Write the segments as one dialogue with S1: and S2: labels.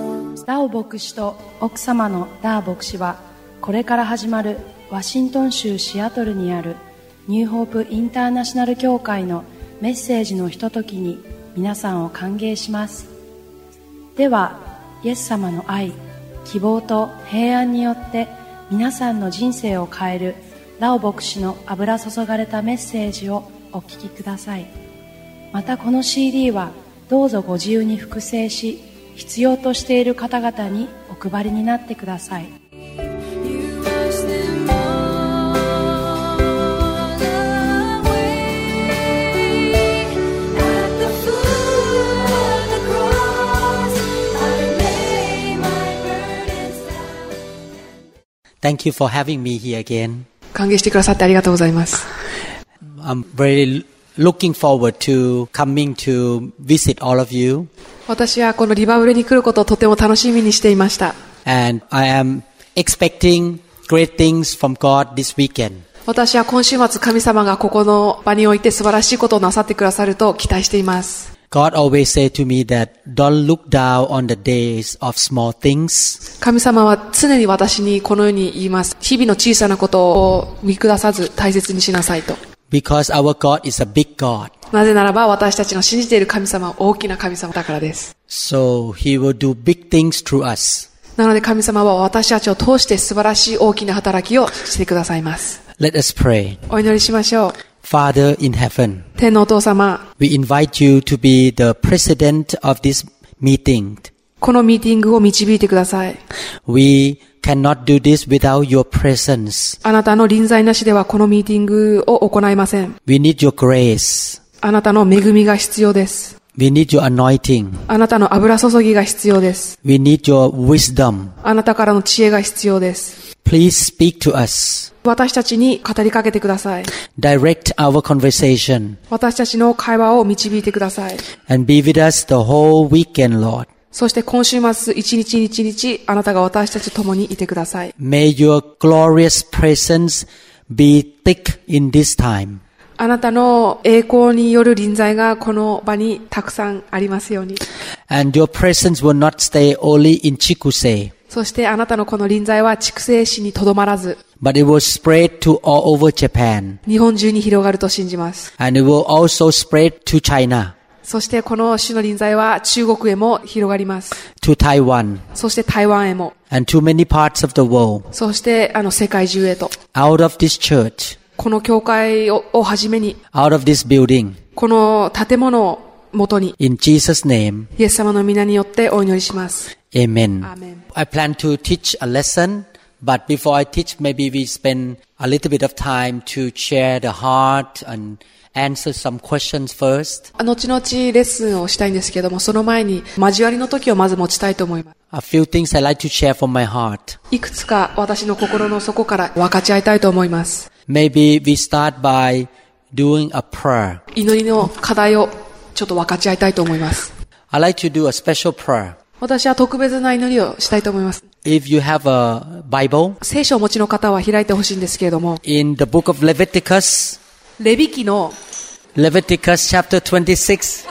S1: オ牧師と奥様のダー牧師はこれから始まるワシントン州シアトルにあるニューホープインターナショナル協会のメッセージのひとときに皆さんを歓迎しますではイエス様の愛希望と平安によって皆さんの人生を変えるラオ牧師の油注がれたメッセージをお聞きくださいまたこの CD はどうぞご自由に複製し必要としている方々にお配りになってください
S2: You wash them all away at the foot of the cross. I lay my burdens down.
S3: Thank you for having me here again.
S4: 歓迎してくださってありがとうございます。
S3: I'm very looking forward to coming to visit all of you.
S4: 私はこのリバブルに来ることをとても楽しみにしていました。
S3: And I am expecting great things from God this weekend.
S4: 私は今週末神様がここの場において素晴らしいことをなさってくださると期待しています。
S3: God always say to me that don't look down on the days of small things.
S4: 神様は常に私にこのように言います。日々の小さなことを見下さず大切にしなさいと。
S3: Because our God is a big God.
S4: なぜならば私たちの信じている神様は大きな神様だからです。
S3: So He will do big things through us.
S4: なので神様は私たちを通して素晴らしい大きな働きをしてくださいます。
S3: Let us pray.
S4: お祈りしましょう。
S3: Father in heaven,
S4: 天のお父様、
S3: we invite you to be the president of this meeting.
S4: このミーティングを導いてください。
S3: We cannot do this without your presence.
S4: あなたの臨在なしではこのミーティングを行いません。
S3: We need your grace.
S4: あなたの恵みが必要です。
S3: We need your anointing.
S4: あなたの油注ぎが必要です。
S3: We need your wisdom.
S4: あなたからの知恵が必要です。
S3: Please speak to us.
S4: 私たちに語りかけてください。
S3: Direct our conversation
S4: 私たちの会話を導いてください。
S3: and be with us the whole weekend, Lord.
S4: そして今週末一日一日あなたが私たちと共にいてください。
S3: May your glorious presence be thick in this time.
S4: あなたの栄光による臨在がこの場にたくさんありますように。
S3: And your presence will not stay only in Chikuse,
S4: そしてあなたのこの臨在は畜生市にとどまらず、
S3: but it will spread to all over Japan.
S4: 日本中に広がると信じます。
S3: And it will also spread to China,
S4: そしてこの種の臨在は中国へも広がります。
S3: to Taiwan,
S4: そして台湾へも。
S3: and to many parts of the world.
S4: そしてあの世界中へと。
S3: Out of this church,
S4: この教会ををはじめに、
S3: out of this building,
S4: この建物を元に、
S3: in Jesus' name,
S4: イエス様の皆によってお祈りします。
S3: Amen.
S4: Amen.
S3: I plan to teach a lesson, but before I teach, maybe we spend a little bit of time to share the heart and answer some questions first.
S4: 後々レッスンをしたいんですけども、その前に交わりの時をまず持ちたいと思います。
S3: A few things I like to share from my heart.
S4: いくつか私の心の底から分かち合いたいと思います。
S3: Maybe we start by doing a prayer.
S4: 祈りの課題をちょっと分かち合いたいと思います。
S3: I like to do a special prayer.
S4: 私は特別な祈りをしたいと思います。
S3: If you have a Bible,
S4: 聖書をお持ちの方は開いてほしいんですけれども、
S3: in the book of Leviticus,
S4: レビキの
S3: Leviticus chapter 26.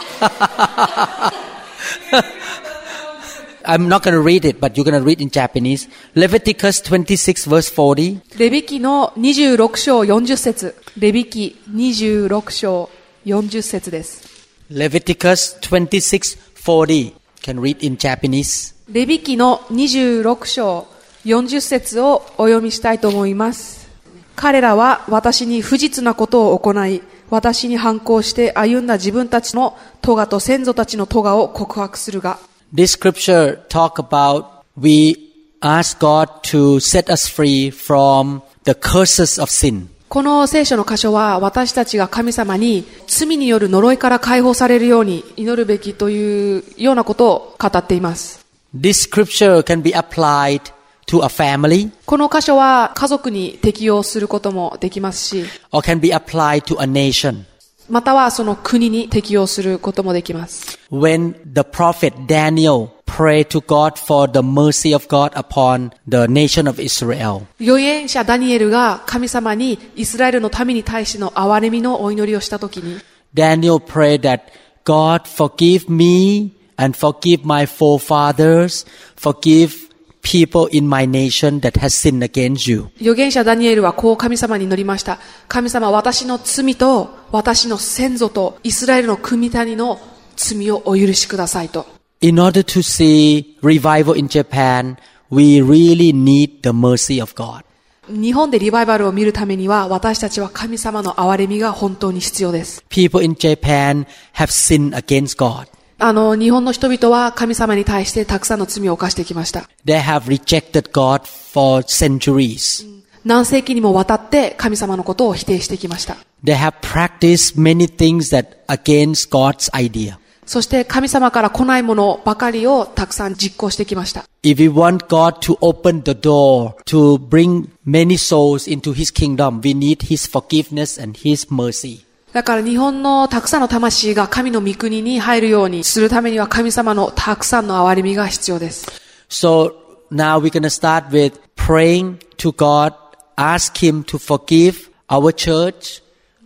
S3: I'm not going to read it, but you're going to read in Japanese. Leviticus 26 verse 40.
S4: レビキの26章40節レビキ26章40節です。
S3: Leviticus 26 40. Can read in Japanese.
S4: レビキの26章40節をお読みしたいと思います。彼らは私に不実なことを行い、私に反抗して歩んだ自分たちのトガと先祖たちのトガを告白するが、
S3: This scripture talk about we ask God to set us free from the curses of sin.
S4: この聖書の箇所は私たちが神様に罪による呪いから解放されるように祈るべきというようなことを語っています。
S3: This scripture can be applied to a family
S4: この箇所は家族に適用することもできますし、
S3: or can be applied to a nation.
S4: またはその国に適用することもできます。
S3: When the prophet Daniel prayed to God for the mercy of God upon the nation of Israel,
S4: 預言者ダニエルが神様にイスラエルの民に対しての憐れみのお祈りをしたときに、
S3: Daniel prayed that God forgive me and forgive my forefathers, forgive people in my nation that has sinned against you.
S4: 預言者ダニエルはこう神様に祈りました。神様、私の罪と、私の先祖と、イスラエルの組谷の罪をお許しくださいと。
S3: In order to see revival in Japan, we really need the mercy of God.
S4: 日本でリバイバルを見るためには、私たちは神様の憐れみが本当に必要です。
S3: People in Japan have sinned against God.
S4: あの、日本の人々は神様に対してたくさんの罪を犯してきました。
S3: They have rejected God for centuries.
S4: 何世紀にもわたって神様のことを否定してきました。
S3: They have practiced many things that against God's idea.
S4: そして神様から来ないものばかりをたくさん実行してきました。
S3: If we want God to open the door to bring many souls into His kingdom, we need His forgiveness and His mercy.
S4: だから日本のたくさんの魂が神の御国に入るようにするためには神様のたくさんの憐れみが必要です。
S3: So now we're going to start with praying to God, ask Him to forgive our church,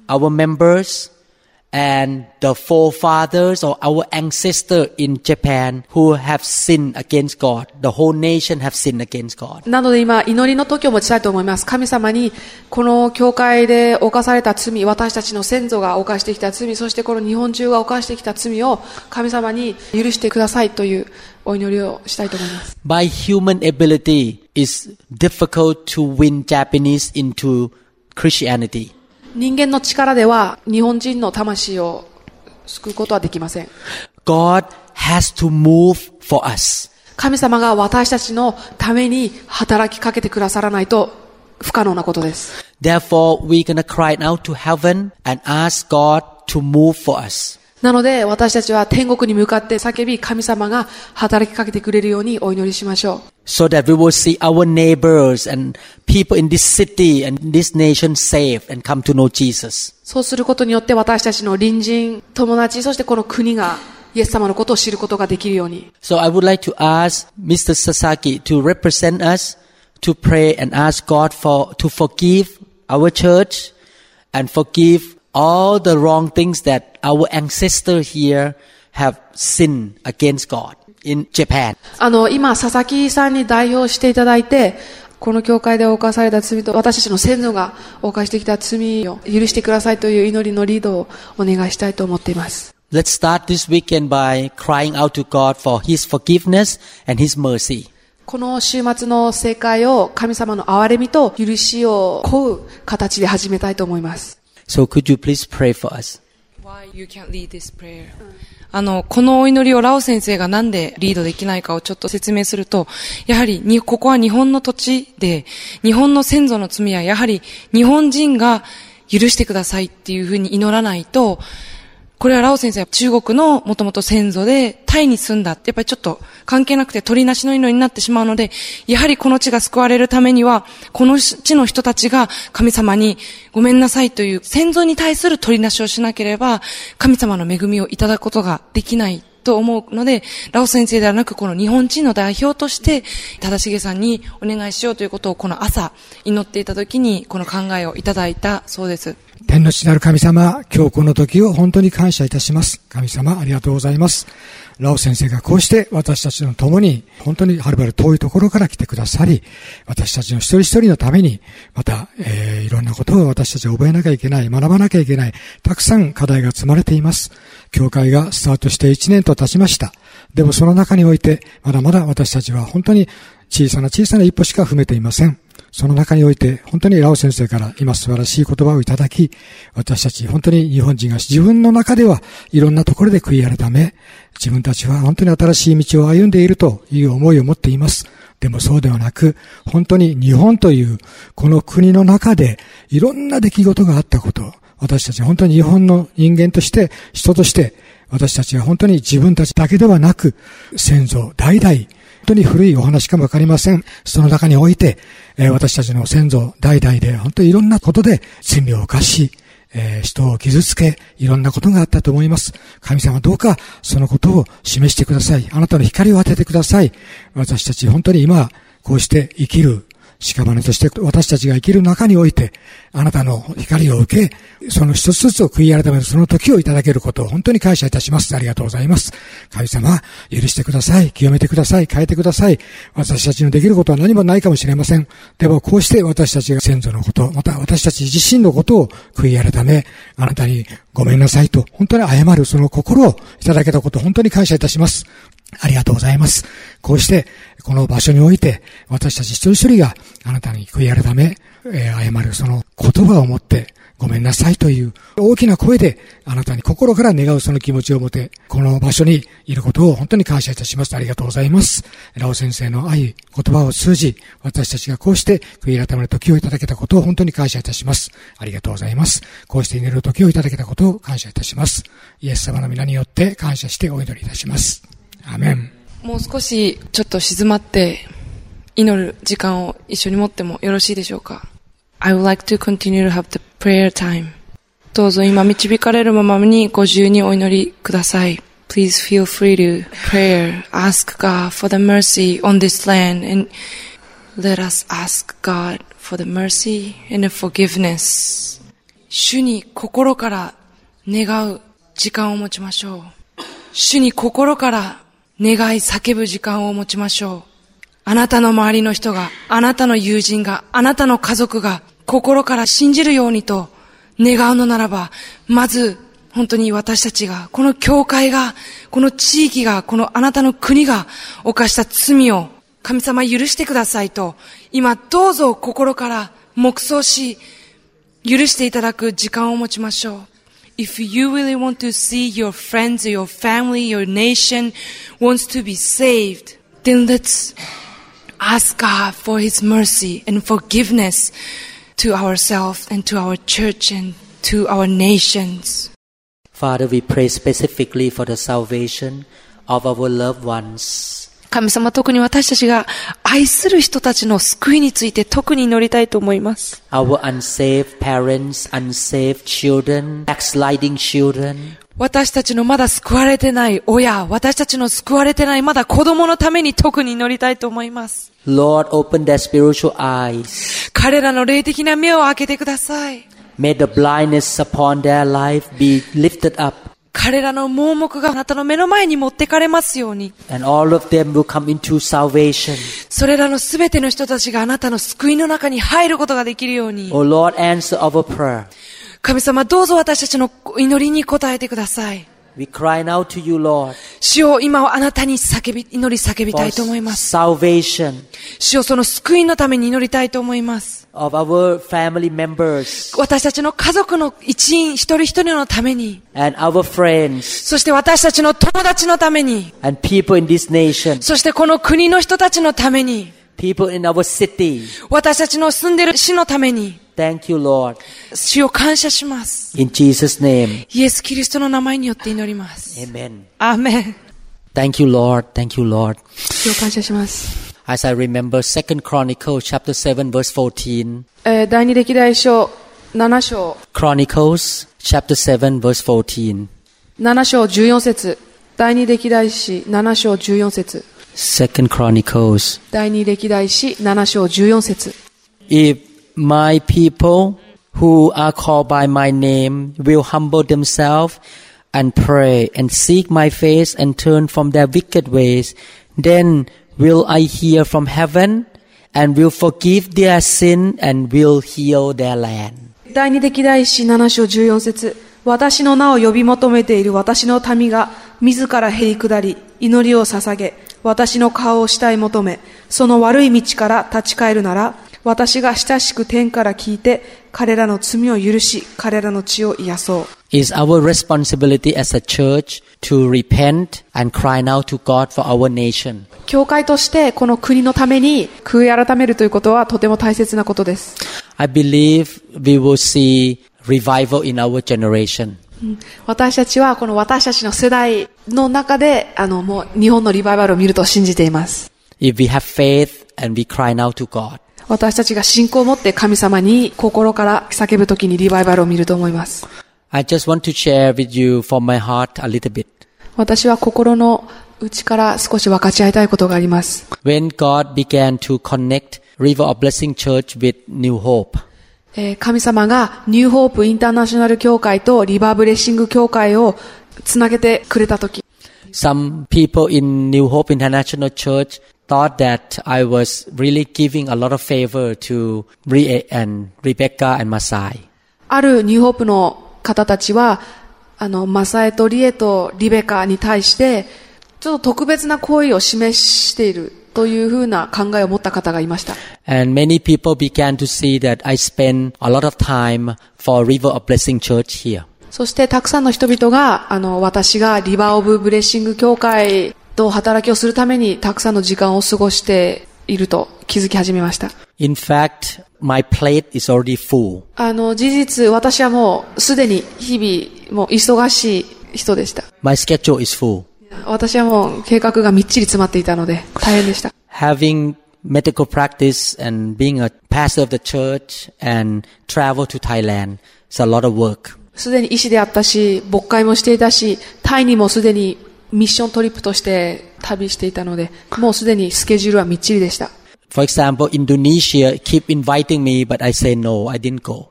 S3: our members, and the forefathers or our ancestor in Japan who have sinned against God. The whole nation have sinned against God.
S4: なので今、祈りの時を持ちたいと思います。神様に、この教会で犯された罪、私たちの先祖が犯してきた罪、そしてこの日本中が犯してきた罪を神様に許してくださいというお祈りをしたいと思います。
S3: by human ability it's difficult to win Japanese into Christianity.
S4: 人間の力では日本人の魂を救うことはできません。
S3: God has to move for us.
S4: 神様が私たちのために働きかけてくださらないと不可能なことです。
S3: Therefore, we're gonna cry out to heaven and ask God to move for us.
S4: なので私たちは天国に向かって叫び神様が働きかけてくれるようにお祈りしましょ
S3: So that we will see our neighbors and people in this city and this nation saved and come to know Jesus.
S4: う。そうすることによって私たちの隣人、友達、そしてこの国がイエス様のことを知ることができるように。
S3: So I would like to ask Mr. Sasaki to represent us to pray and ask God for to forgive our church and forgive all the wrong things that our ancestors here have sinned against God in Japan.
S4: あの、今、佐々木さんに代表していただいて、この教会で犯された罪と私たちの先祖が犯してきた罪を許してくださいという祈りのリードをお願いしたいと思っています。
S3: Let's start this weekend by crying out to God for His forgiveness and His mercy.
S4: この週末の正解を神様の憐れみと許しを請う形で始めたいと思います。
S3: So could you please pray for us?
S5: Why you can't lead this prayer? あの、このお祈りをラオ先生がなんでリードできないかをちょっと説明すると、やはりに、ここは日本の土地で、日本の先祖の罪はやはり日本人が許してくださいっていうふうに祈らないと、これはラオ先生は中国のもともと先祖で、タイに住んだって、やっぱりちょっと関係なくて鳥なしの祈りになってしまうので、やはりこの地が救われるためには、この地の人たちが神様にごめんなさいという先祖に対する鳥なしをしなければ、神様の恵みをいただくことができないと思うので、ラオ先生ではなくこの日本人の代表として、正成さんにお願いしようということをこの朝祈っていた時に、この考えをいただいたそうです。
S6: 天の父なる神様、今日この時を本当に感謝いたします。神様、ありがとうございます。ラオ先生がこうして私たちの共に、本当にはるばる遠いところから来てくださり、私たちの一人一人のために、また、えーいろんなことを私たちは覚えなきゃいけない、学ばなきゃいけない、たくさん課題が積まれています。教会がスタートして1年と経ちました。でもその中において、まだまだ私たちは本当に小さな小さな一歩しか踏めていません。その中において、本当にラオ先生から今素晴らしい言葉をいただき、私たち本当に日本人が自分の中ではいろんなところで悔い改め、自分たちは本当に新しい道を歩んでいるという思いを持っています。でもそうではなく、本当に日本というこの国の中でいろんな出来事があったこと、私たち本当に日本の人間として、人として、私たちは本当に自分たちだけではなく、先祖代々、本当に古いお話かもわかりません。その中において、えー私たちの先祖代々で本当にいろんなことで罪を犯し、えー人を傷つけ、いろんなことがあったと思います。神様どうかそのことを示してください。あなたの光を当ててください。私たち本当に今、こうして生きる屍として私たちが生きる中において、あなたの光を受け、その一つずつを悔い改めるその時をいただけることを本当に感謝いたします。ありがとうございます。神様、許してください。清めてください。変えてください。私たちのできることは何もないかもしれません。でもこうして私たちが先祖のこと、また私たち自身のことを悔い改め、あなたにごめんなさいと、本当に謝るその心をいただけたこと、本当に感謝いたします。ありがとうございます。こうして、この場所において、私たち一人一人があなたに悔い改め、えー謝るその言葉を持って、ごめんなさいという大きな声であなたに心から願うその気持ちを持て、この場所にいることを本当に感謝いたします。ありがとうございます。ラオ先生の愛、言葉を通じ、私たちがこうして悔い改める時をいただけたことを本当に感謝いたします。ありがとうございます。こうして祈る時をいただけたことを感謝いたします。イエス様の皆によって感謝してお祈りいたします。アーメン。
S5: もう少しちょっと静まって祈る時間を一緒に持ってもよろしいでしょうか ?I would like to continue to have the prayer time. どうぞ今導かれるままにご自由にお祈りください。Please feel free to prayer. Ask God for the mercy on this land and let us ask God for the mercy and the forgiveness. 主に心から願う時間を持ちましょう。主に心から願い叫ぶ時間を持ちましょう。あなたの周りの人が、あなたの友人が、あなたの家族が心から信じるようにと願うのならば、まず本当に私たちが、この教会が、この地域が、このあなたの国が犯した罪を神様許してくださいと、今どうぞ心から黙想し、許していただく時間を持ちましょう。If you really want to see your friends, your family, your nation wants to be saved, then let's ask God for His mercy and forgiveness to ourselves and to our church and to our nations.
S3: Father, we pray specifically for the salvation of our loved ones.
S5: 神様、特に私たちが愛する人たちの救いについて特に祈りたいと思います。
S3: Our unsaved parents, unsaved children, backsliding children,
S5: 私たちのまだ救われてない親、私たちの救われてないまだ子供のために特に祈りたいと思います。
S3: Lord, open their spiritual eyes.
S5: 彼らの霊的な目を開けてください。
S3: May the blindness upon their life be lifted up,
S5: 彼らの盲目があなたの目の前に持ってかれますように。
S3: and all of them will come into salvation.
S5: それらのすべての人たちがあなたの救いの中に入ることができるように
S3: O。Lord, Oh answer our prayer.
S5: 神様どうぞ私たちの祈りに応えてください。
S3: We cry out to you, Lord,
S5: 主を今はあなたに叫び、祈り叫びた
S3: for
S5: いと思います。
S3: salvation
S5: 主をその救いのために祈りたいと思います。
S3: of our family members
S5: 私たちの家族の一員一人一人のために、
S3: and our friends
S5: そして私たちの友達のために、
S3: and people in this nation,
S5: そしてこの国の人たちのために、
S3: people in our city.
S5: 私たちの住んでる市のために、
S3: Thank you, Lord.
S5: 主を感謝します。
S3: In Jesus' name,
S5: イエス・キリストの名前によって祈ります。
S3: amen.
S5: アーメン。
S3: Thank you, Lord. Thank you, Lord.
S4: 主を感謝します。
S3: As I remember, Second Chronicles chapter 7 verse 14.
S4: えー第二歴代書7章、
S3: Chronicles chapter 7 verse 14.
S4: 7章14節第二歴代史7章14節
S3: Second Chronicles.
S4: 第二歴代史7章14節
S3: If my people who are called by my name will humble themselves and pray and seek my face and turn from their wicked ways, then will I hear from heaven and will forgive their sin and will heal their land.
S4: 第二歴代史7章14節私の名を呼び求めている私の民が自らへり下り祈りを捧げ私の顔を慕い求めその悪い道から立ち返るなら私が親しく天から聞いて彼らの罪を許し彼らの血を癒そう
S3: It's our responsibility as a church to repent and cry out to God for our nation.
S4: 教会としてこの国のために悔い改めるということはとても大切なことです。
S3: I believe we will see revival in our generation.
S4: 私たちはこの私たちの世代の中で、あのもう日本のリバイバルを見ると信じています。
S3: If we have faith and we cry out to God.
S4: 私たちが信仰を持って神様に心から叫ぶときにリバイバルを見ると思います。
S3: I just want to share with you from my heart a little bit.
S4: 私は心の内から少し分かち合いたいことがあります。
S3: When God began to connect River of Blessing Church with New Hope.
S4: えー神様がニューホープインターナショナル協会とリバーブレッシング協会をつなげてくれたとき、
S3: Some people in New Hope International Church thought that I was really giving a lot of favor to Rie and Rebecca and Masai.
S4: あるニューホープの方たちは、あの、マサエとリエとリベカに対して、ちょっと特別な行為を示しているというふうな考えを持った方がいました。
S3: And many people began to see that I spend a lot of time for River of Blessing Church here.
S4: そしてたくさんの人々が、あの、私がリバーオブブレッシング協会と働きをするためにたくさんの時間を過ごしていると気づき始めました。
S3: In fact, my plate is already full.
S4: あの、事実、私はもうすでに日々、もう忙しい人でした。
S3: My schedule is full.
S4: 私はもう計画がみっちり詰まっていたので、大変でした。
S3: Having medical practice and being a pastor of the church and travel to Thailand, it's a lot of work.
S4: すでに医師であったし、牧会もしていたし、タイにもすでにミッショントリップとして旅していたので、もうすでにスケジュールはみっちりでした。
S3: For example, Indonesia keep inviting me, but I say no, I didn't go.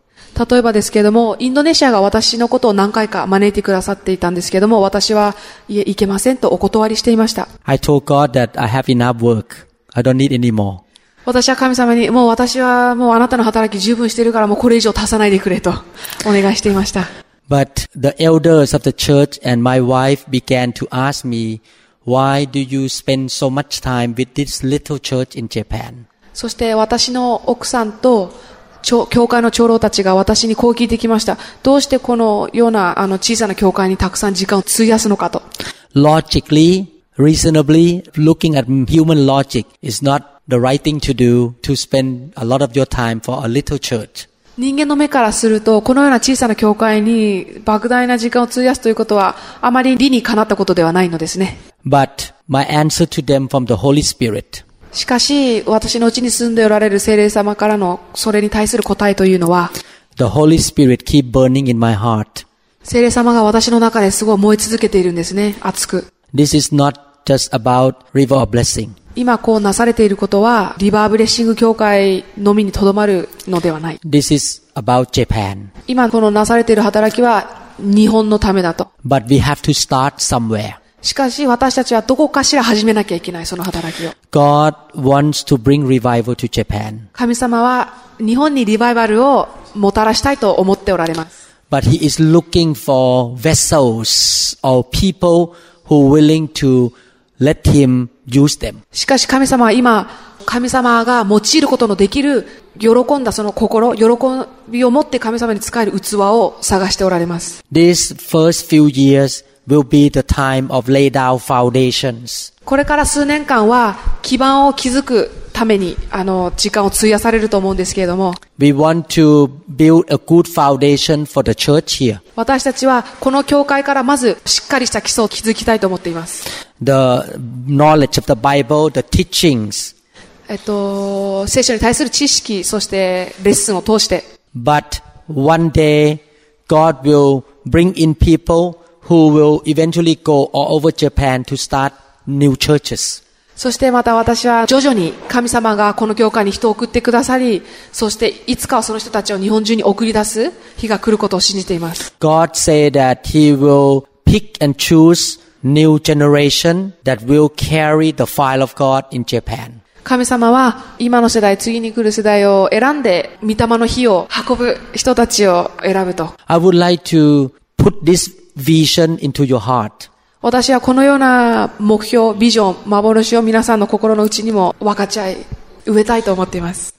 S4: 例えばですけれども、インドネシアが私のことを何回か招いてくださっていたんですけれども、私は、いえ、行けませんとお断りしていました。
S3: I told God that I have enough work. I don't need any more.
S4: 私は神様に、もう私はもうあなたの働き十分しているからもうこれ以上足さないでくれとお願いしていました。
S3: But the elders of the church and my wife began to ask me, why do you spend so much time with this little church in Japan?
S4: そして私の奥さんと、ちょ教会の長老たちが私にこう聞いてきました。どうしてこのようなあの小さな教会にたくさん時間を費やすのかと。
S3: Logically, reasonably, looking at human logic is not the right thing to do to spend a lot of your time for a little church.
S4: 人間の目からすると、このような小さな教会に莫大な時間を費やすということは、あまり理にかなったことではないのですね。
S3: But my answer to them from the Holy Spirit
S4: しかし、私のうちに住んでおられる聖霊様からの、それに対する答えというのは、
S3: The Holy Spirit keep burning in my heart.
S4: 聖霊様が私の中ですごい燃え続けているんですね、熱く。
S3: This is not just about river of blessing.
S4: 今こうなされていることは、リバーブレッシング協会のみにとどまるのではない。
S3: This is about Japan.
S4: 今このなされている働きは、日本のためだと。
S3: But we have to start somewhere.
S4: しかし、私たちはどこかしら始めなきゃいけない、その働きを。
S3: God wants to bring revival to Japan,
S4: 神様は、日本にリバイバルをもたらしたいと思っておられます。
S3: but He is looking for vessels or people who are willing to let Him use them.
S4: しかし、神様は今、神様が用いることのできる、喜んだその心、喜びを持って神様に仕える器を探しておられます。
S3: These first few years will be the time of lay down foundations.
S4: これから数年間は基盤を築くためにあの時間を費やされると思うんですけれども
S3: We want to build a good foundation for the church here.
S4: 私たちはこの教会からまずしっかりした基礎を築きたいと思っています、
S3: The knowledge of the Bible, the teachings,
S4: えっと、聖書に対する知識そしてレッスンを通して
S3: But one day, God will bring in people who will eventually go all over Japan to start new churches.
S4: そしてまた私は徐々に神様がこの教会に人を送ってくださりそしていつかはその人たちを日本中に送り出す日が来ることを信じています
S3: God said that He will pick and choose new generation that will carry the file of God in Japan.
S4: 神様は今の世代次に来る世代を選んで御霊の火を運ぶ人たちを選ぶと
S3: I would like to put this vision into your heart.
S4: 私はこのような目標、ビジョン、幻を皆さんの心の内にも分かち合い、植えたいと思っています。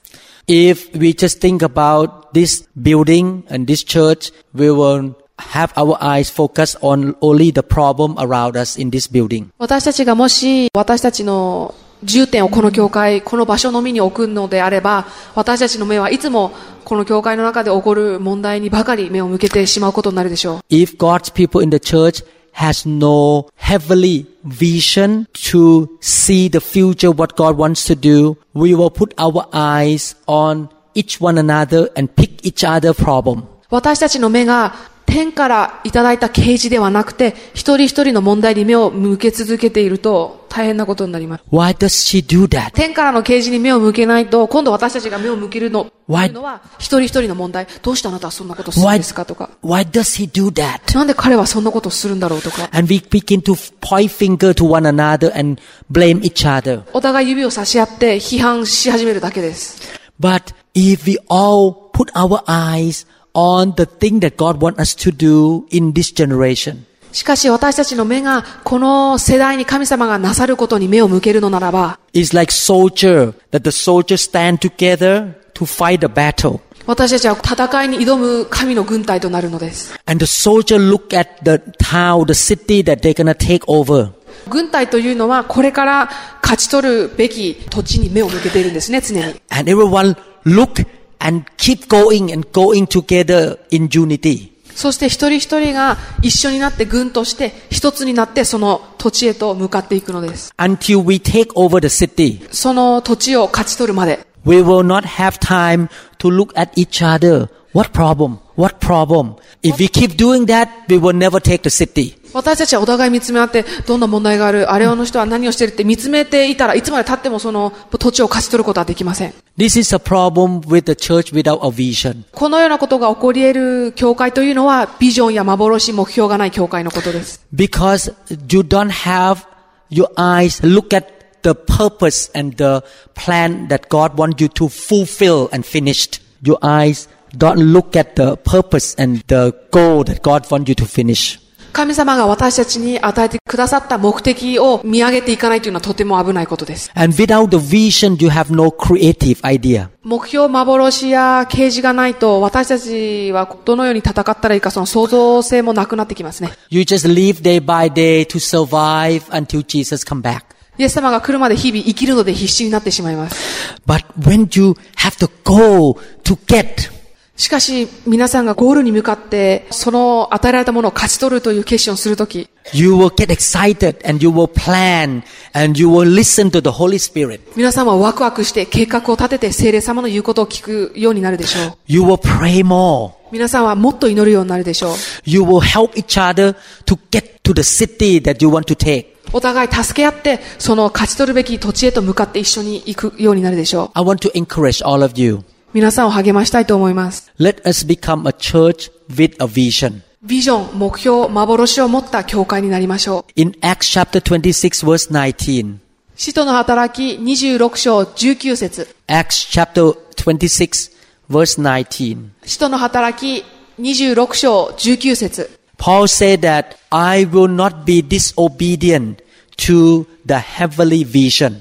S3: If we just think about this building and this church, we will have our eyes focused on only the problem around us in this building.
S4: 私たちがもし私たちの重点をこの教会、この場所のみに置くのであれば、私たちの目はいつもこの教会の中で起こる問題にばかり目を向けてしまうことになるでしょう。
S3: If God's people in the church has no heavenly vision to see the future, what God wants to do, we will put our eyes on each one another and pick each other problem.
S4: 私たちの目が天からいただいた啓示ではなくて、一人一人の問題に目を向け続けていると、大変なことになります。
S3: Why does she do that?
S4: 天からの啓示に目を向けないと、今度私たちが目を向けるの、
S3: Why-
S4: いうのは、一人一人の問題。どうしてあなたはそんなことするん
S3: Why,
S4: ですかとか。
S3: why does he do that?
S4: なんで彼はそんなことするんだろうとか。
S3: And we begin to point finger to one another and blame each other.
S4: お互い指を差し合って批判し始めるだけです。
S3: But if we all put our eyes on the thing that God wants us to do in this generation,
S4: しかし私たちの目が、この世代に神様がなさることに目を向けるのならば、
S3: it's like soldier that the soldiers stand together to fight the battle.
S4: 私たちは戦いに挑む神の軍隊となるのです。
S3: And the soldier look at the town, the city that they're gonna take over.
S4: 軍隊というのは、これから勝ち取るべき土地に目を向けているんですね、常に。
S3: And everyone look and keep going and going together in unity.
S4: そして一人一人が一緒になって軍として一つになってその土地へと向かっていくのです。
S3: Until we take over the city,
S4: その土地を勝ち取るまで。
S3: we will not have time to look at each other. What problem? What problem? If we keep doing that, we will never take the city.
S4: 私たちはお互い見つめ合って、どんな問題がある、あれをの人は何をしてるって見つめていたらいつまで経ってもその土地を勝ち取ることはできません。
S3: This is a problem with the church without a vision.
S4: このようなことが起こり得る教会というのは、ビジョンや幻、目標がない教会のことです。
S3: Because you don't have your eyes look at the purpose and the plan that God wants you to fulfill and finish. Your eyes don't look at the purpose and the goal that God wants you to finish.
S4: 神様が私たちに与えてくださった目的を見上げていかないというのはとても危ないことです。
S3: And without the vision, you have no creative idea.
S4: 目標、幻や啓示がないと、私たちはどのように戦ったらいいか、その創造性もなくなってきますね。
S3: You just live day by day to survive until Jesus come back.
S4: イエス様が来るまで日々生きるので必死になってしまいます。
S3: But when you have the goal to get,
S4: しかし、皆さんがゴールに向かって、その与えられたものを勝ち取るという決心をするとき、
S3: you will get excited and you will plan and you will listen to the Holy Spirit.
S4: 皆さんはワクワクして計画を立てて聖霊様の言うことを聞くようになるでしょう。
S3: You will pray more.
S4: 皆さんはもっと祈るようになるでしょう。
S3: You will help each other to get to the city that you want to take.
S4: お互い助け合って、その勝ち取るべき土地へと向かって一緒に行くようになるでしょう。
S3: I want to encourage all of you.
S4: 皆さんを励ましたいと思います。
S3: Let us become a church with a vision.
S4: ビジョン、目標、幻を持った教会になりましょう。
S3: In Acts chapter 26 verse 19.
S4: 使徒の働き26章19節
S3: Acts chapter 26 verse 19.
S4: 使徒の働き26章19節
S3: Paul said that I will not be disobedient to the heavenly vision.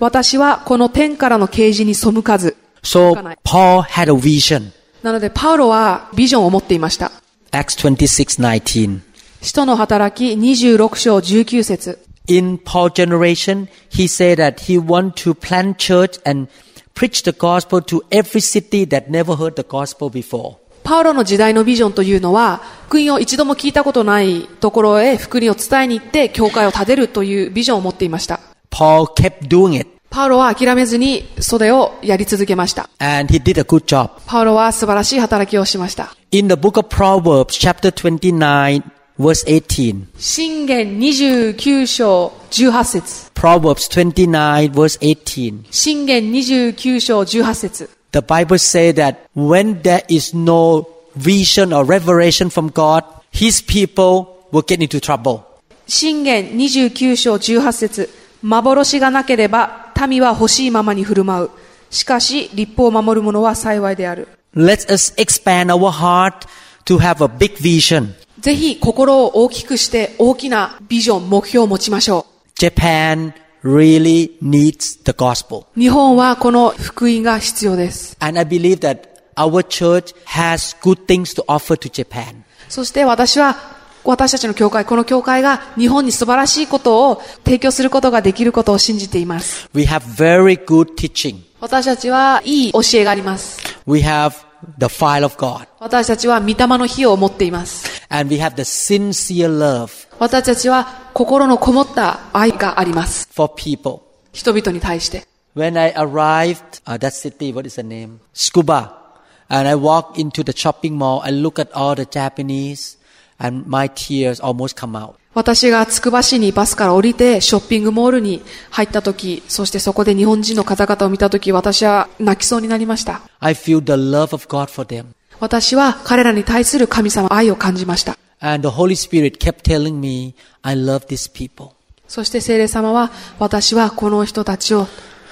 S4: 私はこの天からの啓示に背かず。
S3: So Paul had a vision.
S4: なので、パウロはビジョンを持っていました。
S3: Acts 26:19.
S4: 使徒の働き26章19節
S3: In Paul's generation, he said that he want to plant church and preach the gospel to every city that never heard the gospel before.
S4: パウロの時代のビジョンというのは、福音を一度も聞いたことないところへ福音を伝えに行って教会を建てるというビジョンを持っていました。
S3: Paul kept doing it
S4: パウロは諦めずにそれをやり続けました。
S3: and he did a good job.
S4: パウロは素晴らしい働きをしました。
S3: In the book of Proverbs chapter 29 verse 18.
S4: 信玄29章18節
S3: Proverbs 29 verse 18.
S4: 信玄29章18節
S3: The Bible says that when there is no vision or revelation from God, his people will get into trouble.
S4: 信玄29章18節幻がなければ民は欲しいままに振る舞う。しかし、立法を守る者は幸いである。
S3: Let us expand our heart to have a big vision.
S4: ぜひ、心を大きくして、大きなビジョン、目標を持ちましょ
S3: Japan really needs the gospel.
S4: う。日本はこの福音が必要です。
S3: And I believe that our church has good things to offer to Japan.
S4: そして私は、私たちの教会、この教会が日本に素晴らしいことを提供することができることを信じています。
S3: We have very good teaching.
S4: 私たちはいい教えがあります。
S3: We have the file of God.
S4: 私たちは御霊の火を持っています。
S3: And we have the sincere love
S4: 私たちは心のこもった愛があります。
S3: for people.
S4: 人々に対して。
S3: When I arrived uh, that city, what is the name? Scuba. And I walked into the shopping mall. I look at all the Japanese and my tears almost come out.
S4: 私がつくば市にバスから降りてショッピングモールに入った時、そしてそこで日本人の方々を見た時、私は泣きそうになりました。
S3: I feel the love of God for them.
S4: 私は彼らに対する神様の愛を感じました。
S3: And the Holy Spirit kept telling me, I love these people.
S4: そして聖霊様は、私はこの人たちを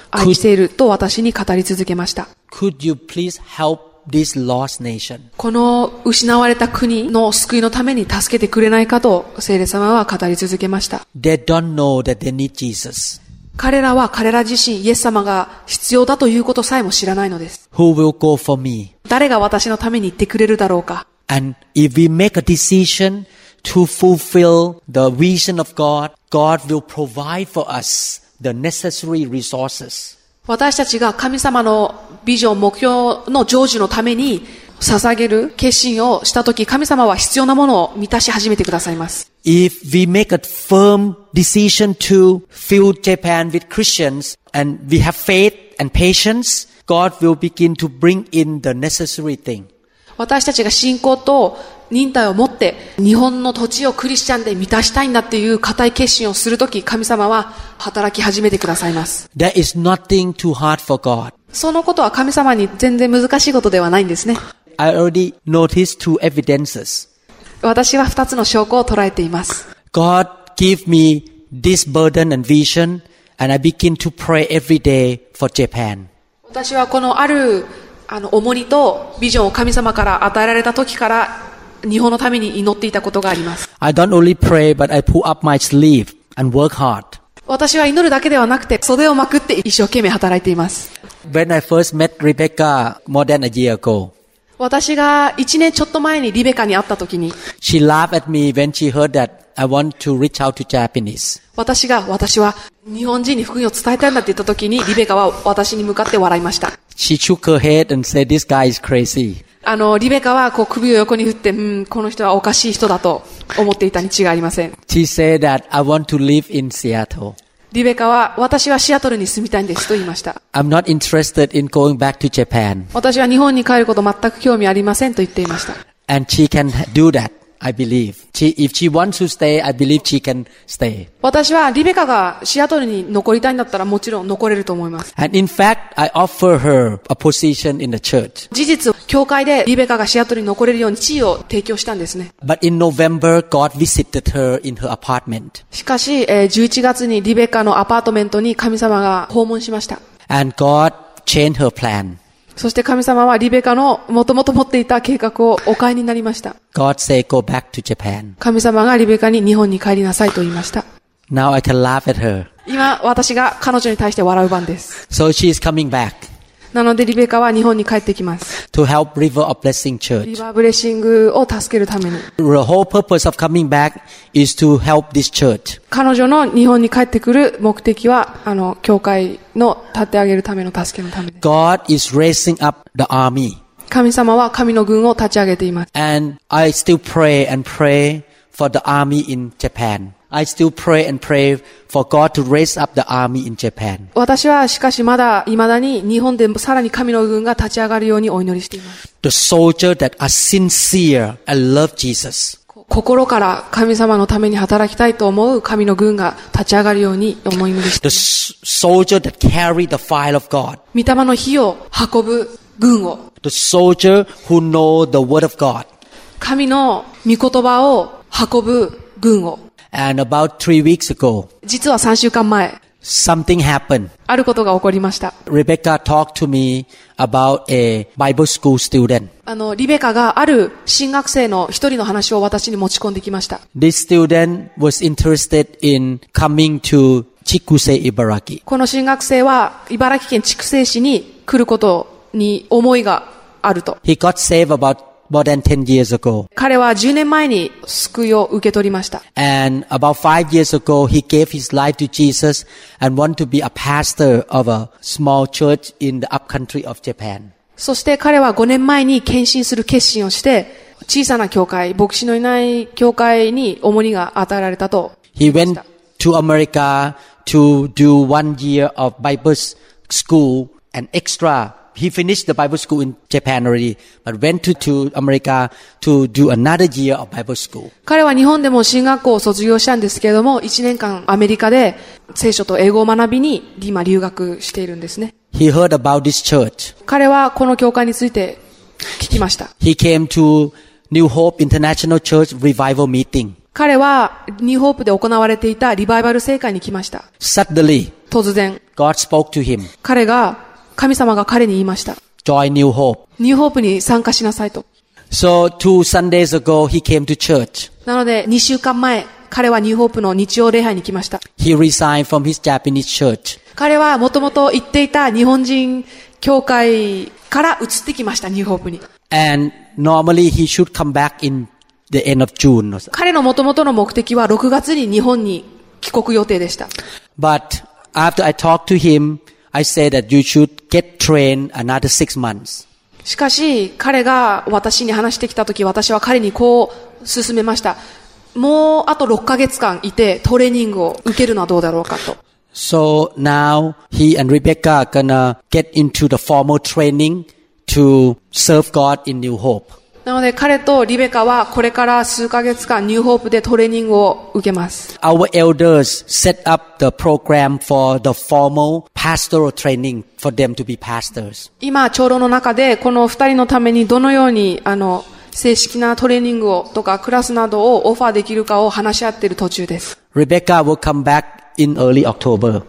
S4: 愛していると私に語り続けました。
S3: Could you please help this lost nation?
S4: この失われた国の救いのために助けてくれないかと聖霊様は語り続けました。
S3: They don't know that they need Jesus.
S4: 彼らは彼ら自身、イエス様が必要だということさえも知らないのです。
S3: Who will go for me?
S4: 誰が私のために言ってくれるだろうか。
S3: And if we make a decision to fulfill the vision of God, God will provide for us the necessary resources.
S4: 私たちが神様のビジョン、目標の成就のために捧げる決心をしたとき、神様は必要なものを満たし始めてくださいます。
S3: If we make a firm decision to fill Japan with Christians and we have faith and patience, God will begin to bring in the necessary thing.
S4: 私たちが信仰と忍耐を持って日本の土地をクリスチャンで満たしたいんだっていう固い決心をするとき神様は働き始めてくださいます
S3: There is nothing too hard for God.
S4: そのことは神様に全然難しいことではないんですね
S3: I already noticed two evidences.
S4: 私は二つの証拠を捉えています
S3: God give me this burden and vision and I begin to pray every day for Japan.
S4: 私はこのあるあの重荷とビジョンを神様から与えられた時から日本のために祈っていたことがあります
S3: I don't only pray, but I pull up my sleeve and work hard.
S4: 私は祈るだけではなくて袖をまくって一生懸命働いています
S3: When I first met Rebecca more than a year ago,
S4: 私が一年ちょっと前にリベカに会った時に
S3: she laughed at me when she heard that I want to reach out to Japanese.
S4: 私が、私は日本人に福音を伝えたいんだって言った時に、リベカは私に向かって笑いました。
S3: She shook her head and said, this guy is crazy.
S4: あの、リベカはこう首を横に振って、うん、この人はおかしい人だと思っていたに違いありません。
S3: She said that I want to live in Seattle.
S4: リベカは、私はシアトルに住みたいんですと言いました。
S3: I'm not interested in going back to Japan.
S4: 私は日本に帰ること全く興味ありませんと言っていました。
S3: And she can do that, I believe. She, if she wants to stay, I believe she can stay.
S4: 私は、リベカがシアトルに残りたいんだったらもちろん残れると思います。
S3: And in fact, I offer her a position in the church.
S4: 事実、教会でリベカがシアトルに残れるように地位を提供したんですね。
S3: But in November, God visited her in her apartment.
S4: しかし、えー11月にリベカのアパートメントに神様が訪問しました。
S3: And God changed her plan.
S4: そして神様はリベカのもともと持っていた計画をお買いになりました。
S3: God said, go back to Japan.
S4: 神様がリベカに日本に帰りなさいと言いました。
S3: Now I can laugh at her.
S4: 今、私が彼女に対して笑う番です。
S3: So she is coming back
S4: なのでリベカは日本に帰ってきます。
S3: to help River of Blessing
S4: リ
S3: Church.
S4: バーブレッシングを助けるために。
S3: The whole purpose of coming back is to help this church.
S4: 彼女の日本に帰ってくる目的は、あの、教会の立て上げるための助けのためです。
S3: God is raising up the army.
S4: 神様は神の軍を立ち上げています。
S3: And I still pray and pray for the army in Japan. I still pray and pray for God to raise up the army in Japan.
S4: 私はしかしまだ未だに日本でさらに神の軍が立ち上がるようにお祈りしています。
S3: The soldiers that are sincere and love Jesus.
S4: 心から神様のために働きたいと思う神の軍が立ち上がるように思い祈りし
S3: The
S4: ていま
S3: s-
S4: す。
S3: soldier that carry the fire of God.
S4: 御霊の火を運ぶ軍を、
S3: The soldier who know the word of God.
S4: 神の御言葉を運ぶ軍を。
S3: And about three weeks ago,
S4: 実は3週間前、
S3: something happened.
S4: あることが起こりました。
S3: Rebecca talked to me about a Bible school student.
S4: あの、リベカがある新学生の一人の話を私に持ち込んできました。
S3: This student was interested in coming to Chikusei Ibaraki.
S4: この新学生は茨城県筑西市に来ることに思いがあると。
S3: He got saved about more than 10 years ago.
S4: 彼は10年前に救いを受け取りました。
S3: And about five years ago, he gave his life to Jesus and want to be a pastor of a small church in the upcountry of Japan.
S4: そして彼は5年前に献身する決心をして、小さな教会、牧師のいない教会に重荷が与えられたと。
S3: He went to America to do one year of Bible s- school and extra he finished the Bible school in Japan already, but went to, to America to do another year of Bible school.
S4: 彼は日本でも進学校を卒業したんですけれども、1年間アメリカで聖書と英語を学びに今留学しているんですね。
S3: He heard about this church.
S4: 彼はこの教会について聞きました。
S3: He came to New Hope International Church revival meeting.
S4: 彼はニューホープで行われていたリバイバル聖会に来ました。
S3: Suddenly,
S4: 突然、
S3: God spoke to him,
S4: 彼が、神様が彼に言いました。
S3: join New Hope.
S4: ニューホープに参加しなさいと。
S3: So two Sundays ago, he came to church.
S4: なので、2週間前、彼はニューホープの日曜礼拝に来ました。
S3: He resigned from his Japanese church.
S4: 彼はもともと行っていた日本人教会から移ってきました、ニューホープに。
S3: And normally he should come back in the end of June.
S4: 彼のもともとの目的は6月に日本に帰国予定でした。
S3: But after I talked to him, I said that you should get trained another six months.
S4: しかし、彼が私に話してきたとき、私は彼にこう勧めました。もうあと6ヶ月間いてトレーニングを受けるのはどうだろうかと。
S3: So now he and Rebecca are gonna get into the formal training to serve God in New Hope.
S4: なので彼とリベカはこれから数ヶ月間ニューホープでトレーニングを受けます。
S3: Our elders set up the program for the formal pastoral training for them to be pastors.
S4: 今、長老の中でこの二人のためにどのようにあの正式なトレーニングをとかクラスなどをオファーできるかを話し合っている途中です。
S3: Rebecca will come back in early October.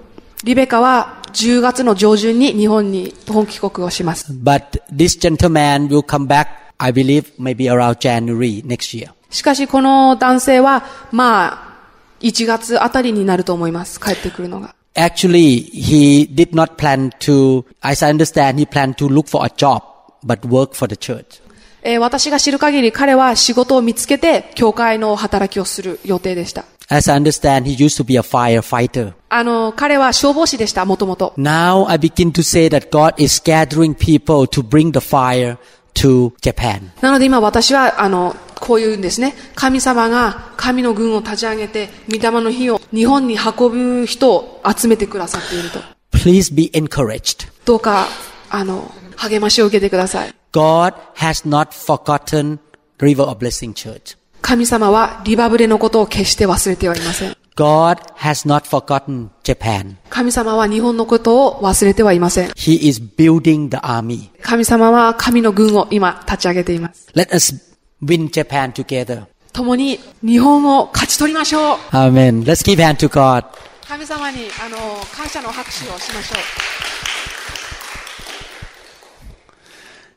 S4: リベカは10月の上旬に日本に本帰国をします。
S3: But this gentleman will come back, I believe, maybe around January next year.
S4: しかしこの男性は、まあ、1月あたりになると思います。帰ってくるのが。
S3: Actually, he did not plan to, as I understand, he planned to look for a job, but work for the church.
S4: えー私が知る限り彼は仕事を見つけて教会の働きをする予定でした。
S3: As I understand, he used to be a firefighter.
S4: あの、彼は消防士でした、もともと。
S3: Now I begin to say that God is gathering people to bring the fire to Japan.
S4: なので今私は、あの、こういうんですね。神様が神の軍を立ち上げて、御霊の火を日本に運ぶ人を集めてくださっていると。
S3: Please be encouraged.
S4: どうか、あの、励ましを受けてください。
S3: God has not forgotten River of Blessing Church.
S4: 神様はリバブレのことを決して忘れてはいません。
S3: God has not forgotten Japan.
S4: 神様は日本のことを忘れてはいません。
S3: He is building the army.
S4: 神様は神の軍を今立ち上げています。
S3: Let us win Japan together.
S4: 共に日本を勝ち取りましょう
S3: Amen. Let's give hand to God.
S4: 神様に、あの、感謝の拍手をしましょう。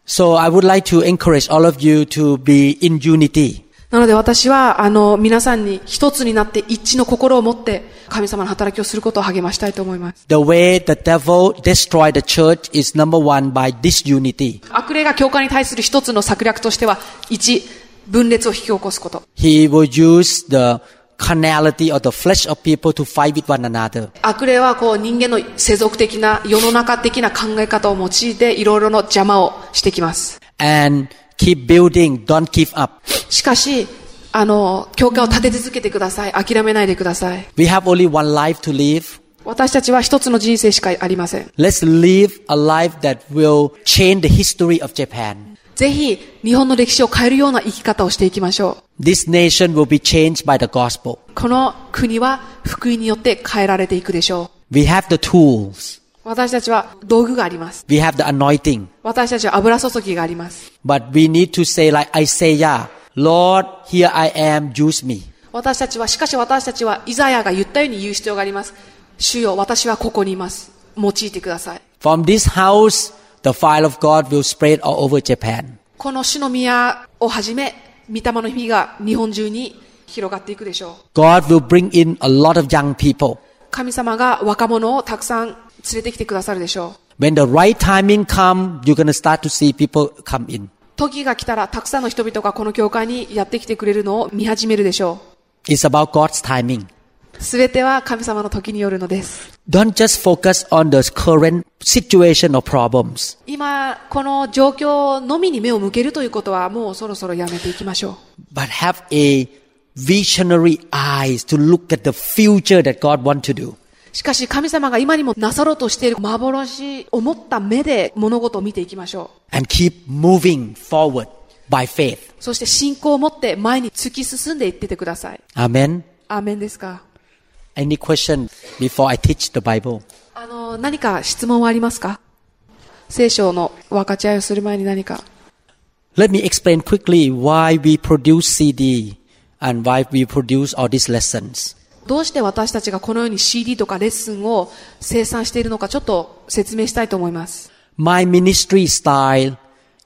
S3: So I would like to encourage all of you to be in unity.
S4: なので私は、あの、皆さんに一つになって一致の心を持って、神様の働きをすることを励ましたいと思います。
S3: The way the devil destroyed the church is number one by disunity.
S4: 悪霊が教会に対する一つの策略としては、一、分裂を引き起こすこと。
S3: He will use the carnality or the flesh of people to fight with one another.
S4: 悪霊はこう人間の世俗的な、世の中的な考え方を用いて、いろいろの邪魔をしてきます。
S3: And keep building, don't give up.
S4: しかし、あの、教会を立て続けてください。諦めないでください。
S3: We have only one life to live.
S4: 私たちは一つの人生しかありません。
S3: Let's live a life that will change the history of Japan.
S4: ぜひ、日本の歴史を変えるような生き方をしていきましょ
S3: This nation will be changed by the gospel.
S4: う。この国は福音によって変えられていくでしょ
S3: We have the tools.
S4: う。私たちは道具があります。
S3: We have the anointing.
S4: 私たちは油注ぎがあります。
S3: But we need to say like Isaiah, Lord, here I am, use me.
S4: 私たちは、しかし私たちは、イザヤが言ったように言う必要があります。主よ、私はここにいます。用いてください。
S3: From this house, the fire of God will spread all over Japan.
S4: この主の宮をはじめ、御霊の日が日本中に広がっていくでしょう。
S3: God will bring in a lot of young people.
S4: 神様が若者をたくさん連れてきてくださるでしょう。
S3: When the right timing come, you're gonna start to see people come in.
S4: 時が来たらたくさんの人々がこの教会にやってきてくれるのを見始めるでしょ
S3: It's about God's timing.
S4: う。すべては神様の時によるのです。
S3: Don't just focus on the current situation or problems.
S4: 今、この状況のみに目を向けるということはもうそろそろやめていきましょう。
S3: but have a visionary eyes to look at the future that God wants to do.
S4: しかし神様が今にもなさろうとしている幻を持った目で物事を見ていきましょ
S3: and keep moving forward by faith.
S4: う。そして信仰を持って前に突き進んでいっててください。
S3: Amen.
S4: アーメンですか
S3: Any question before I teach the Bible?
S4: あの、何か質問はありますか聖書の分かち合いをする前に何か。
S3: Let me explain quickly why we produce CD and why we produce all these lessons.
S4: どうして私たちがこのように CD とかレッスンを生産しているのかちょっと説明したいと思います。
S3: My ministry style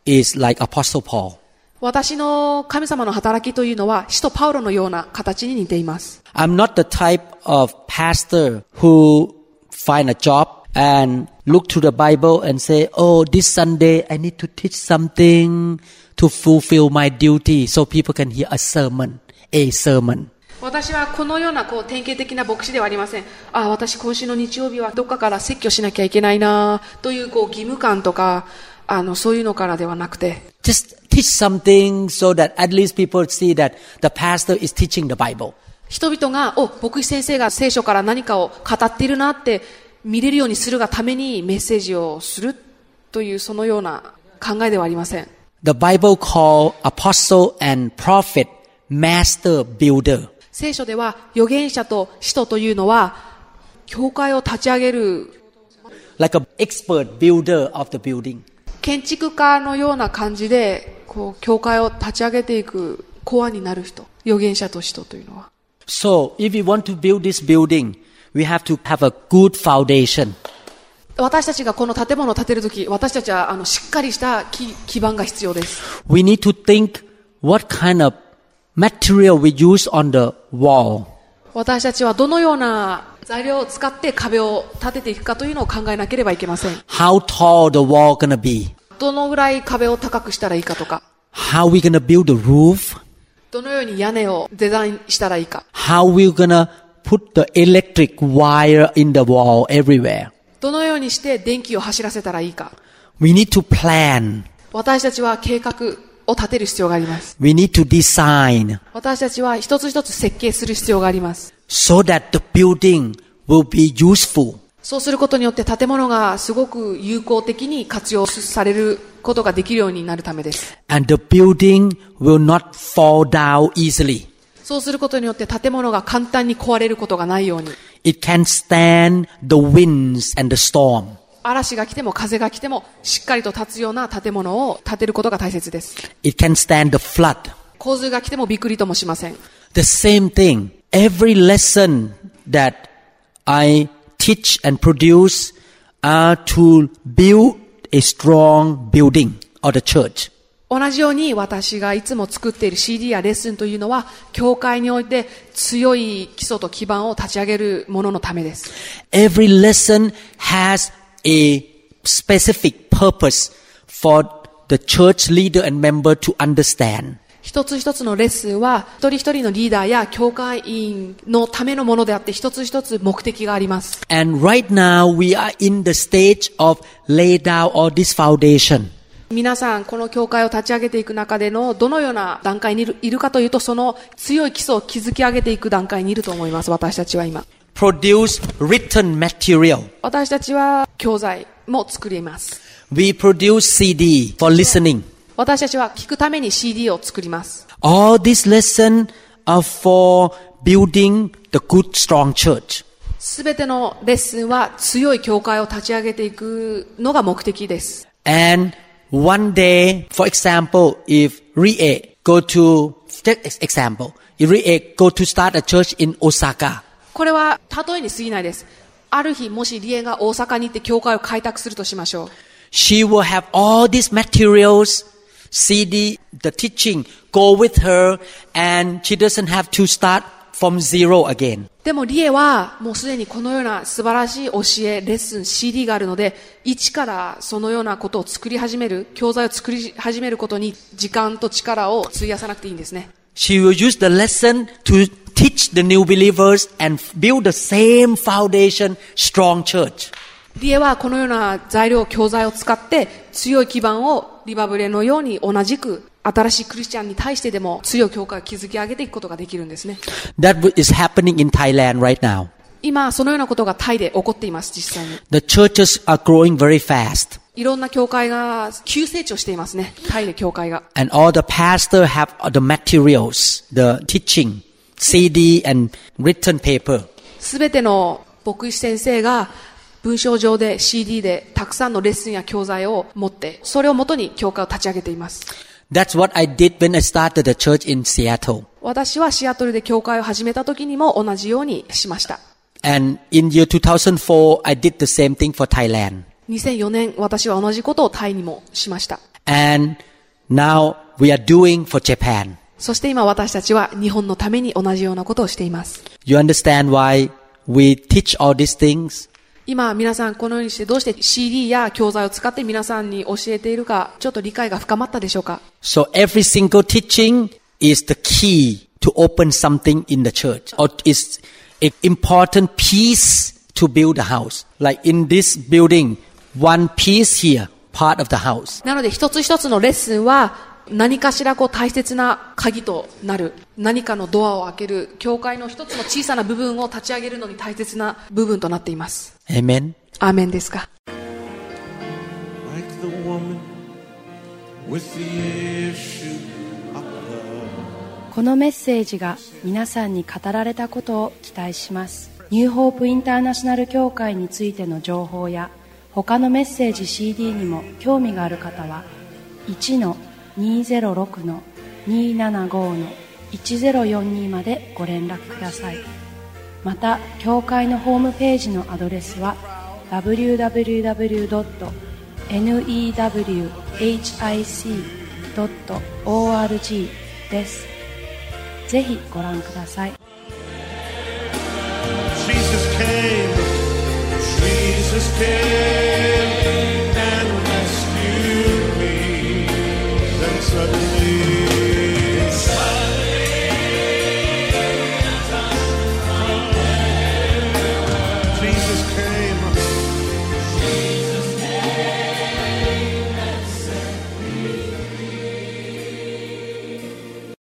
S3: is like Apostle Paul.
S4: 私の神様の働きというのは、使徒パウロのような形に似ています。
S3: I'm not the type of pastor who find a job and look to the Bible and say, "Oh, this Sunday I need to teach something to fulfill my duty so people can hear a sermon, a sermon."
S4: 私はこのようなこう典型的な牧師ではありません。ああ、私今週の日曜日はどっかから説教しなきゃいけないなあというこう義務感とか、あの、そういうのからではなくて、
S3: Just teach something so that at least people see that the pastor is teaching the Bible.
S4: 人々が、お、牧師先生が聖書から何かを語っているなって見れるようにするがためにメッセージをするというそのような考えではありません。
S3: The Bible call apostle and prophet master builder.
S4: 聖書では預言者と使徒というのは、教会を立ち上げる
S3: Like an expert builder of the building.
S4: 建築家のような感じで、こう、教会を立ち上げていくコアになる人。預言者と使徒というのは。
S3: So if we want to build this building, we have to have a good foundation.
S4: 私たちがこの建物を建てるとき、私たちはあのしっかりした基基盤が必要です。
S3: We need to think what kind of material we use on the wall.
S4: 私たちはどのような材料を使って壁を立てていくかというのを考えなければいけません。
S3: How tall the wall gonna be?
S4: どのぐらい壁を高くしたらいいかとか、
S3: How we gonna build the roof?
S4: どのように屋根をデザインしたらいいか、
S3: How we gonna put the electric wire in the wall everywhere?
S4: どのようにして電気を走らせたらいいか、
S3: We need to plan.
S4: 私たちは計画を立てる必要があります。
S3: We need to design
S4: 私たちは一つ一つ設計する必要があります。
S3: so that the building will be useful.
S4: そうすることによって建物がすごく有効的に活用されることができるようになるためです。
S3: And the building will not fall down easily.
S4: そうすることによって建物が簡単に壊れることがないように。
S3: It can stand the winds and the storm.
S4: 嵐が来ても風が来てもしっかりと立つような建物を建てることが大切です。
S3: It can stand the flood.
S4: 洪水が来てもびっくりともしません。
S3: The same thing. Every lesson that I teach and produce are to build a strong building or the church.
S4: 同じように私がいつも作っている CD やレッスンというのは、教会において強い基礎と基盤を立ち上げるもののためです。
S3: Every lesson has a specific purpose for the church leader and member to understand.
S4: 一つ一つのレッスンは、一人一人のリーダーや教会員のためのものであって、一つ一つ目的があります。
S3: And right now we are in the stage of lay down all this foundation.
S4: 皆さん、この教会を立ち上げていく中での、どのような段階にいるいるかというと、その強い基礎を築き上げていく段階にいると思います、私たちは今。
S3: Produce written material.
S4: 私たちは教材も作ります。
S3: We produce CD for listening.
S4: 私たちは聞くために CD を作ります。
S3: All these lessons are for building the good, strong church.
S4: すべてのレッスンは強い教会を立ち上げていくのが目的です。
S3: And one day, for example, if Rie go to, take ex- example, if Rie go to start a church in Osaka,
S4: これは例えに過ぎないです。ある日もしリエが大阪に行って教会を開拓するとしましょう。
S3: she will have all these materials, CD, the teaching, go with her, and she doesn't have to start from zero again.
S4: でもリエはもうすでにこのような素晴らしい教え、レッスン、CD があるので、一からそのようなことを作り始める、教材を作り始めることに時間と力を費やさなくていいんですね。
S3: She will use the lesson to teach the new believers and build the same foundation, strong church.
S4: リエはこのような材料、教材を使って強い基盤をリバブレのように同じく新しいクリスチャンに対してでも強い教会を築き上げていくことができるんですね。
S3: That w- is happening in Thailand right now.
S4: 今、そのようなことがタイで起こっています、実際に。
S3: The churches are growing very fast,
S4: いろんな教会が急成長していますね。タイで教会が。
S3: and all the pastors have the materials, the teaching, CD, and written paper.
S4: すべての牧師先生が文章上で CD でたくさんのレッスンや教材を持って、それをもとに教会を立ち上げています。
S3: That's what I did when I started the church in Seattle.
S4: 私はシアトルで教会を始めた時にも同じようにしました。
S3: And in year 2004, I did the same thing for Thailand.
S4: 2004年、私は同じことをタイにもしました。
S3: And now we are doing for Japan.
S4: そして今私たちは日本のために同じようなことをしています。
S3: You understand why we teach all these things?
S4: 今皆さんこのようにしてどうして CD や教材を使って皆さんに教えているか、ちょっと理解が深まったでしょうか
S3: So every single teaching is the key to open something in the church, or is an important piece to build a house. Like in this building, one piece here, part of the house.
S4: なので一つ一つのレッスンは何かしらこう大切な鍵となる何かのドアを開ける教会の一つの小さな部分を立ち上げるのに大切な部分となっています
S3: Amen.
S4: アーメンですか
S7: like the woman with the issue of blood.
S1: このメッセージが皆さんに語られたことを期待しますニューホープインターナショナル協会についての情報や他のメッセージ CD にも興味がある方は1-206-275-1042までご連絡くださいまた教会のホームページのアドレスは www.newhic.org ですぜひご覧ください